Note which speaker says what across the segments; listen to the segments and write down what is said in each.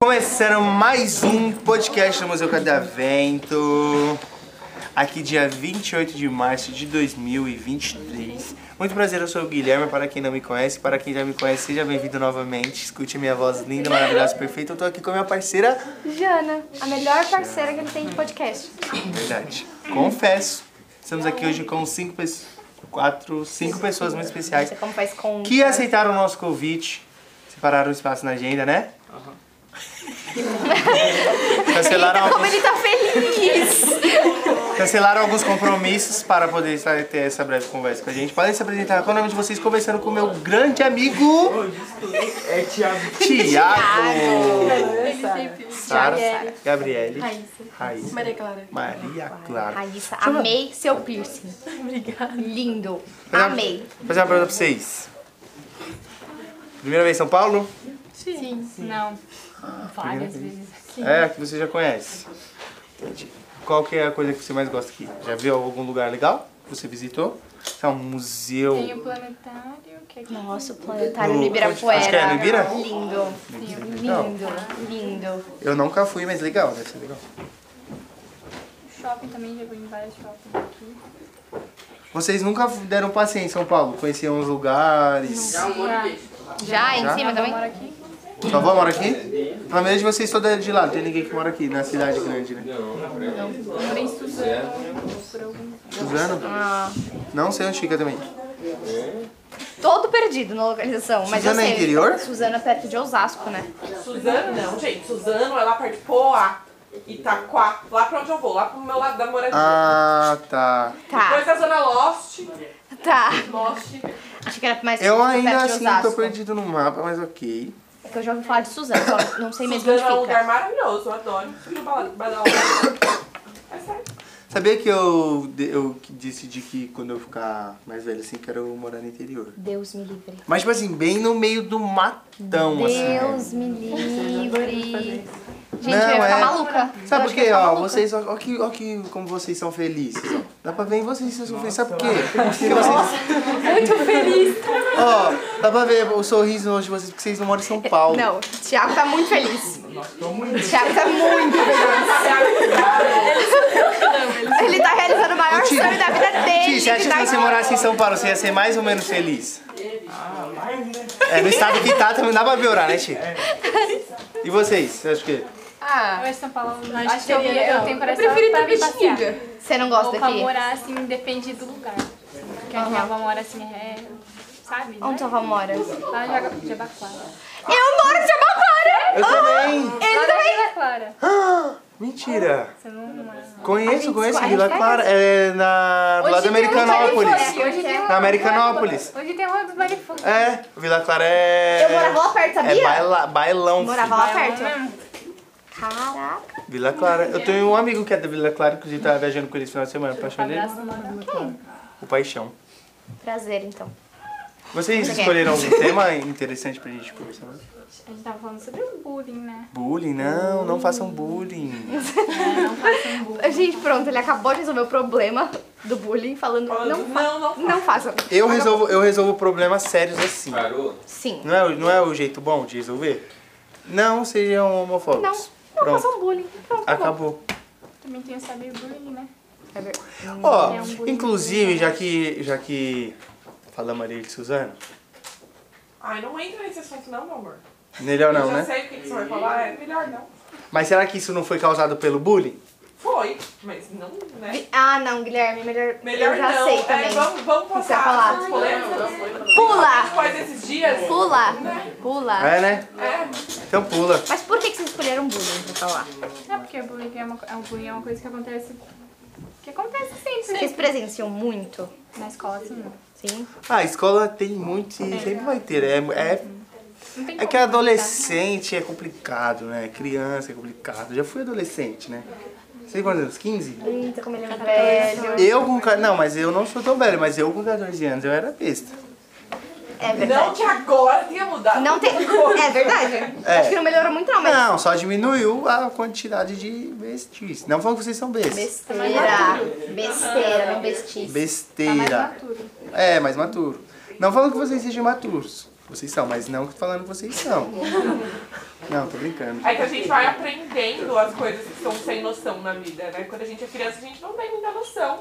Speaker 1: Começando mais um podcast do Museu Catavento. Aqui dia 28 de março de 2023. Muito prazer, eu sou o Guilherme, para quem não me conhece, para quem já me conhece, seja bem-vindo novamente. Escute a minha voz linda, maravilhosa, perfeita. Eu tô aqui com a minha parceira,
Speaker 2: Jana, a melhor parceira que ele tem de podcast.
Speaker 1: verdade. Confesso. Estamos aqui hoje com cinco pessoas, quatro, cinco pessoas muito especiais
Speaker 2: Você como faz com.
Speaker 1: que é aceitaram o nosso convite. Separaram um espaço na agenda, né? Cancelaram
Speaker 2: Como
Speaker 1: alguns
Speaker 2: ele tá feliz!
Speaker 1: Cancelaram alguns compromissos para poder estar- ter essa breve conversa com a gente. Podem se apresentar com o nome de vocês, conversando com o meu grande amigo
Speaker 3: É Thiago.
Speaker 1: Tiago.
Speaker 4: Felipe,
Speaker 1: Sara,
Speaker 2: Gabriele.
Speaker 1: Gabriele,
Speaker 4: Raíssa,
Speaker 1: Raíssa,
Speaker 4: Maria Clara.
Speaker 1: Maria Clara.
Speaker 2: Raíssa, amei seu piercing.
Speaker 4: Obrigada.
Speaker 2: Lindo.
Speaker 1: Fazer uma-
Speaker 2: Amei.
Speaker 1: Fazer uma pergunta pra vocês. Primeira vez em São Paulo?
Speaker 4: Sim. Não. Várias vezes. Sim.
Speaker 1: É, a que você já conhece. Entendi. Qual que é a coisa que você mais gosta aqui? Já viu algum lugar legal que você visitou? Isso É um museu.
Speaker 4: Tem o planetário, que é aqui.
Speaker 2: Nossa, o planetário
Speaker 1: No-
Speaker 2: no
Speaker 1: acho que é no Ibira?
Speaker 2: Lindo.
Speaker 1: Não.
Speaker 2: Lindo. Lindo.
Speaker 1: Eu nunca fui, mas legal, deve ser legal.
Speaker 4: O shopping também, já fui em vários shoppings aqui.
Speaker 1: Vocês nunca deram passeio em São Paulo? Conheciam os lugares?
Speaker 2: Já em cima também?
Speaker 4: Ah, Mora aqui.
Speaker 1: Sua avó mora aqui? A maioria de vocês toda é de lá, não tem ninguém que mora aqui, na cidade grande, né?
Speaker 4: Mora em Suzano, por algum...
Speaker 1: Suzano?
Speaker 2: Ah,
Speaker 1: Não sei onde fica também.
Speaker 2: todo perdido na localização. Mas eu
Speaker 1: Suzano é
Speaker 2: sei.
Speaker 1: interior?
Speaker 2: Suzano é perto de Osasco, né?
Speaker 5: Suzano não, gente. Suzano é lá perto de Poá, Itaquá. Lá pra onde eu vou, lá pro meu lado da moradia.
Speaker 1: Ah, tá.
Speaker 2: Tá,
Speaker 5: Depois da Zona Lost.
Speaker 2: tá.
Speaker 5: Lost.
Speaker 2: Achei que era mais
Speaker 1: Eu ainda
Speaker 2: perto de
Speaker 1: assim
Speaker 2: Osasco.
Speaker 1: tô perdido no mapa, mas ok.
Speaker 2: É que eu já ouvi falar de Suzano, só não sei mesmo
Speaker 5: Suzano é um
Speaker 2: onde
Speaker 5: lugar
Speaker 2: fica.
Speaker 5: maravilhoso, eu adoro. Fui badalado. É sério.
Speaker 1: Sabia que eu, de- eu que decidi que quando eu ficar mais velho assim, quero morar no interior.
Speaker 2: Deus me livre.
Speaker 1: Mas, tipo assim, bem no meio do matão, assim.
Speaker 2: Deus me livre. Gente,
Speaker 1: Não,
Speaker 2: eu ia ficar
Speaker 1: é.
Speaker 2: maluca.
Speaker 1: Sabe
Speaker 2: Eu
Speaker 1: por
Speaker 2: acho que eu
Speaker 1: quê?
Speaker 2: ia ficar
Speaker 1: Ó,
Speaker 2: maluca.
Speaker 1: vocês, ó, ó que, ó que como vocês são felizes. Ó. Dá pra ver em vocês que vocês são felizes. Sabe por quê? Porque vocês,
Speaker 4: Muito feliz.
Speaker 1: ó, dá pra ver o sorriso hoje de vocês, porque vocês não moram em São Paulo.
Speaker 2: Não, o Thiago tá muito feliz. O Thiago tá muito feliz. Ele tá realizando o maior
Speaker 1: Ti,
Speaker 2: sonho da vida dele.
Speaker 1: Ti, você acha que
Speaker 2: tá
Speaker 1: se você morasse em São Paulo, você ia ser mais ou menos feliz? É, no estado que tá, também dá pra piorar, né, Ti? E vocês? Você acha que...
Speaker 4: Eu
Speaker 2: Ah,
Speaker 4: acho São Paulo. Acho, que eu, eu tenho coração pra vir passear.
Speaker 2: você não gosta
Speaker 4: Ou pra
Speaker 2: daqui?
Speaker 4: morar, assim, depende do lugar. Porque a minha avó mora, assim, é... Sabe? né?
Speaker 2: Onde sua avó mora? Eu
Speaker 4: Lá em Jaca- Jabaquara.
Speaker 2: moro em Jabaquara!
Speaker 1: Eu também!
Speaker 4: Ele também? Jabaquara.
Speaker 1: Mentira!
Speaker 4: Você não mora...
Speaker 1: Conheço, conheço
Speaker 2: escorre,
Speaker 1: Vila
Speaker 2: escorre.
Speaker 1: Clara. É Tá na... do lado
Speaker 2: um
Speaker 1: da Americanópolis.
Speaker 4: É, Hoje tem
Speaker 1: Na Americanópolis.
Speaker 4: Hoje tem uma dos Marifundo.
Speaker 1: É, Vila Clara é...
Speaker 2: Eu morava lá perto,
Speaker 1: É
Speaker 2: sabia?
Speaker 1: baila, bailão. filho.
Speaker 2: Morava lá perto. Caraca.
Speaker 1: Vila Clara. Eu tenho um amigo que é da Vila Clara, inclusive tava viajando com ele esse final de semana. O paixão dele?
Speaker 4: Abraço, mano.
Speaker 1: O paixão.
Speaker 2: Prazer, então.
Speaker 1: Vocês
Speaker 2: Por quê?
Speaker 1: escolheram algum tema interessante pra gente conversar?
Speaker 4: A gente tava falando sobre o bullying, né?
Speaker 1: Bullying? Não, não façam bullying.
Speaker 2: Gente, pronto, ele acabou de resolver o problema do bullying falando
Speaker 5: Falando,
Speaker 2: não, fa
Speaker 5: não, não faça.
Speaker 2: não façam.
Speaker 1: Eu resolvo, eu resolvo problemas sérios assim.
Speaker 2: Sim.
Speaker 1: Não é, o- não é o jeito bom de resolver? Não sejam homofóbicos.
Speaker 2: Não, não
Speaker 1: Pronto.
Speaker 2: façam bullying. Pronto, tá bom.
Speaker 1: Acabou.
Speaker 4: Também tem o saber bullying, né?
Speaker 2: É ver-
Speaker 1: Ó,
Speaker 4: É um bullying.
Speaker 1: inclusive, já que, já que falamos ali de Suzano,
Speaker 5: Ai, não entra nesse assunto não, meu amor.
Speaker 1: melhor não,
Speaker 5: já
Speaker 1: né?
Speaker 5: sei o que, que você vai falar, é melhor não.
Speaker 1: Mas será que isso não foi causado pelo bullying?
Speaker 5: Foi, mas não, né?
Speaker 2: Vi- Ah, não, Guilherme, melhor.
Speaker 5: Melhor
Speaker 2: eu já
Speaker 5: não.
Speaker 2: sei
Speaker 5: É,
Speaker 2: também.
Speaker 5: vamos, vamos
Speaker 2: Você ia falar.
Speaker 5: passar assuntos polêmicos.
Speaker 2: Pula!
Speaker 5: Quais esses dias?
Speaker 2: Pula! Pula!
Speaker 1: É, né?
Speaker 5: É.
Speaker 1: Então pula.
Speaker 2: Mas por que que vocês escolheram bullying pra falar?
Speaker 4: É porque o bullying é uma, co- é, o bullying é uma coisa que acontece. Que acontece sempre.
Speaker 2: Vocês presenciam muito?
Speaker 4: Na escola, assim. Não,
Speaker 2: Sim.
Speaker 1: Ah, a escola tem muito e sempre vai ter. É, é,
Speaker 4: não tem
Speaker 1: é
Speaker 4: como
Speaker 1: que
Speaker 4: evitar.
Speaker 1: adolescente é complicado, né? Criança é complicado. Já fui adolescente, né? Sei quantos anos? 15?
Speaker 2: Eita, como ele é velho.
Speaker 1: Eu com... ca- Não, mas eu não sou tão velho, mas eu com 14 anos eu era besta.
Speaker 2: É
Speaker 5: Não
Speaker 2: verdade.
Speaker 5: que agora tenha mudado.
Speaker 2: Não tem. É verdade.
Speaker 1: É.
Speaker 2: Acho que não melhorou muito, não, mas.
Speaker 1: Não, só diminuiu a quantidade de bestis. Não falando que vocês são bestas.
Speaker 2: Besteira. Besteira, não bestice.
Speaker 1: Besteira. É, mais maturo. Não falando que vocês sejam maturos. Vocês são, mas não falando que vocês são. Não, tô brincando.
Speaker 5: É que a gente vai aprendendo as coisas que são sem noção na vida, né? Quando a gente é criança, a gente não tem muita noção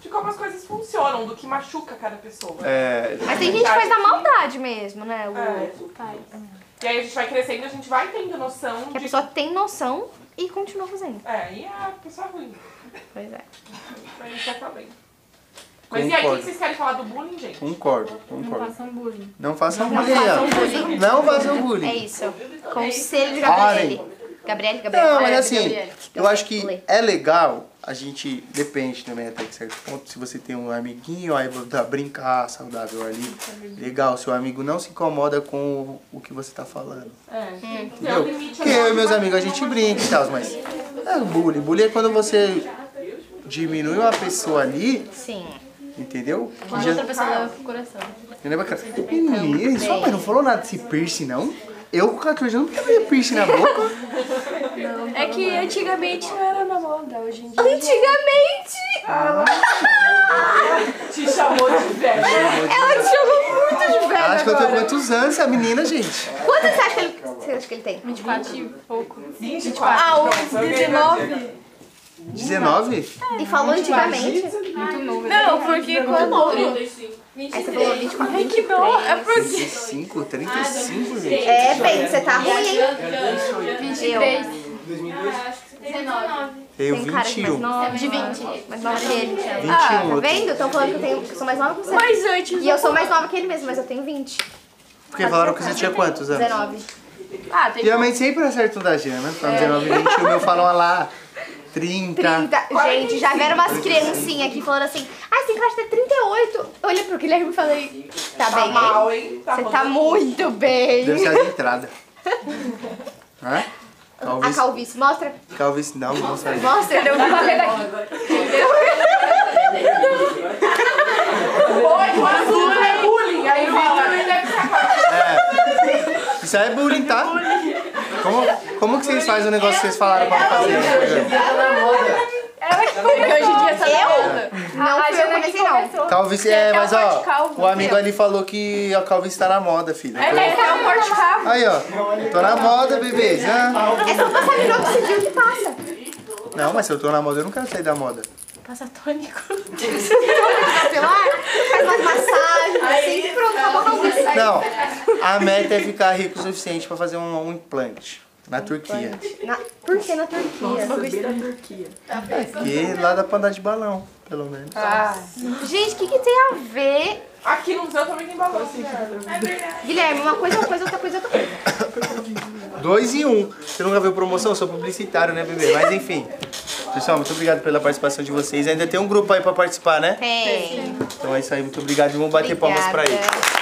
Speaker 5: de como as coisas funcionam, do que machuca cada pessoa.
Speaker 1: É,
Speaker 2: Mas tem gente que faz da maldade mesmo, né? O-
Speaker 5: É. E aí a gente vai crescendo, a gente vai tendo noção
Speaker 2: Que a
Speaker 5: de...
Speaker 2: pessoa tem noção e continua fazendo.
Speaker 5: É, e a pessoa é ruim.
Speaker 2: Pois é.
Speaker 5: A gente já tá bem. Mas e aí, o que
Speaker 1: Concordo. Hum.
Speaker 5: vocês querem falar do bullying, gente?
Speaker 1: concordo, concordo.
Speaker 4: Façam bullying.
Speaker 1: Não façam bullying. ó. Não façam
Speaker 2: É
Speaker 1: bullying.
Speaker 2: isso. Conselho de
Speaker 1: Parem.
Speaker 2: Gabriele. Gabriele, Gabriele.
Speaker 1: Não, mas
Speaker 2: Gabriele,
Speaker 1: assim,
Speaker 2: Gabriele.
Speaker 1: eu acho que
Speaker 2: é Lê.
Speaker 1: é legal, a gente depende também até que certo ponto, se você tem um amiguinho, aí vai dar brincar, saudável ali, legal, seu amigo não se incomoda com o, o que você tá falando,
Speaker 5: É, tem que ter um
Speaker 1: entendeu?
Speaker 5: limite.
Speaker 1: Porque eu e meus amigos, a gente brinca e tal, mas é bullying, bullying é quando você diminui uma pessoa ali,
Speaker 2: Sim.
Speaker 1: entendeu? Que
Speaker 4: Quando
Speaker 1: já-
Speaker 4: outra pessoa leva pro coração.
Speaker 1: Entendeu? Bacana. Menina, sua mãe não falou nada desse piercing, não? Eu com 14 anos não queria piercing na boca.
Speaker 6: É que antigamente não era na moda, hoje em dia.
Speaker 2: Antigamente!
Speaker 5: Te chamou de velho.
Speaker 2: Ela te chamou muito de velho.
Speaker 1: Acho que eu tenho
Speaker 2: É, agora. É.
Speaker 1: quantos anos essa menina, gente?
Speaker 2: Quantos você acha que ele, você acha que ele tem?
Speaker 4: 24 e pouco.
Speaker 5: 24.
Speaker 6: Ah,
Speaker 2: um
Speaker 6: uns 19?
Speaker 1: 19?
Speaker 2: E falou antigamente.
Speaker 4: Muito novo.
Speaker 6: Não, porque quando.
Speaker 2: Aí você falou 24.
Speaker 6: Ai, que dó! É porque.
Speaker 1: 35, 35, gente.
Speaker 2: É, bem, você tá ruim, hein? Eu.
Speaker 4: 23. 19.
Speaker 1: Eu
Speaker 2: Tem cara de mais
Speaker 1: 21.
Speaker 2: nova. De 20. Mais nova que ele.
Speaker 1: Ah,
Speaker 2: Tá vendo? Estão falando que eu, tenho, que eu sou mais nova que você.
Speaker 6: Mas antes.
Speaker 2: E eu sou mais nova que ele mesmo, mas eu tenho 20.
Speaker 1: Porque falaram
Speaker 2: Tá
Speaker 1: que você tinha quantos anos?
Speaker 2: 19.
Speaker 6: Ah, tem.
Speaker 1: Geralmente sempre acertam da Jana. tá?
Speaker 2: É.
Speaker 1: Falam 19, 20, o um, meu falam olha lá 30.
Speaker 2: 30. Gente, já vieram umas criancinhas aqui falando assim: Ah, você tem que ter 38. Olha pro Guilherme e falei: Tá
Speaker 5: Tá
Speaker 2: bem, hein?
Speaker 5: mal, hein?
Speaker 2: Você tá
Speaker 5: rodando.
Speaker 2: muito bem.
Speaker 1: Deve ser a de entrada. Hã?
Speaker 2: A
Speaker 1: Calvície.
Speaker 2: calvície, mostra.
Speaker 1: Calvície não, não sai.
Speaker 2: Mostra, eu vou bater daqui.
Speaker 5: Oi, o assunto é bullying. Aí fala,
Speaker 1: Isso aí é bullying, tá? Como, como que vocês fazem o negócio que vocês falaram pra fazer?
Speaker 6: Porque hoje em dia tá na
Speaker 2: Eu?
Speaker 6: moda.
Speaker 2: Não fui eu que comecei, não.
Speaker 1: Calvície, é, mas
Speaker 6: corte
Speaker 1: ó,
Speaker 6: calvo,
Speaker 1: o amigo ali falou que a calvície tá na moda, filha.
Speaker 6: É, é um corte rápido.
Speaker 1: Aí, ó, tô na moda, bebês. né?
Speaker 2: É só passar de novo esse dia que passa.
Speaker 1: Não, mas se eu tô na moda, eu não quero sair da moda.
Speaker 6: Passa tônico.
Speaker 2: Pelo ar, faz umas massagens, assim, e pronto, acabou a calvície.
Speaker 1: Não, a meta é ficar rico o suficiente pra fazer um, um implante na Turquia.
Speaker 2: Na, por que na Turquia?
Speaker 1: Porque lá dá pra andar de balão, pelo menos.
Speaker 2: Gente, o que, que tem a ver?
Speaker 5: Aqui no museu também tem balão. né?
Speaker 2: Guilherme, uma coisa é uma coisa, outra coisa é outra coisa.
Speaker 1: Dois em um. Você nunca viu promoção? Eu sou publicitário, né, bebê? Mas enfim. Pessoal, muito obrigado pela participação de vocês. Ainda tem um grupo aí pra participar, né?
Speaker 2: Tem.
Speaker 1: Então é isso aí, muito obrigado e vamos bater palmas pra ele.
Speaker 2: Obrigada. Tá,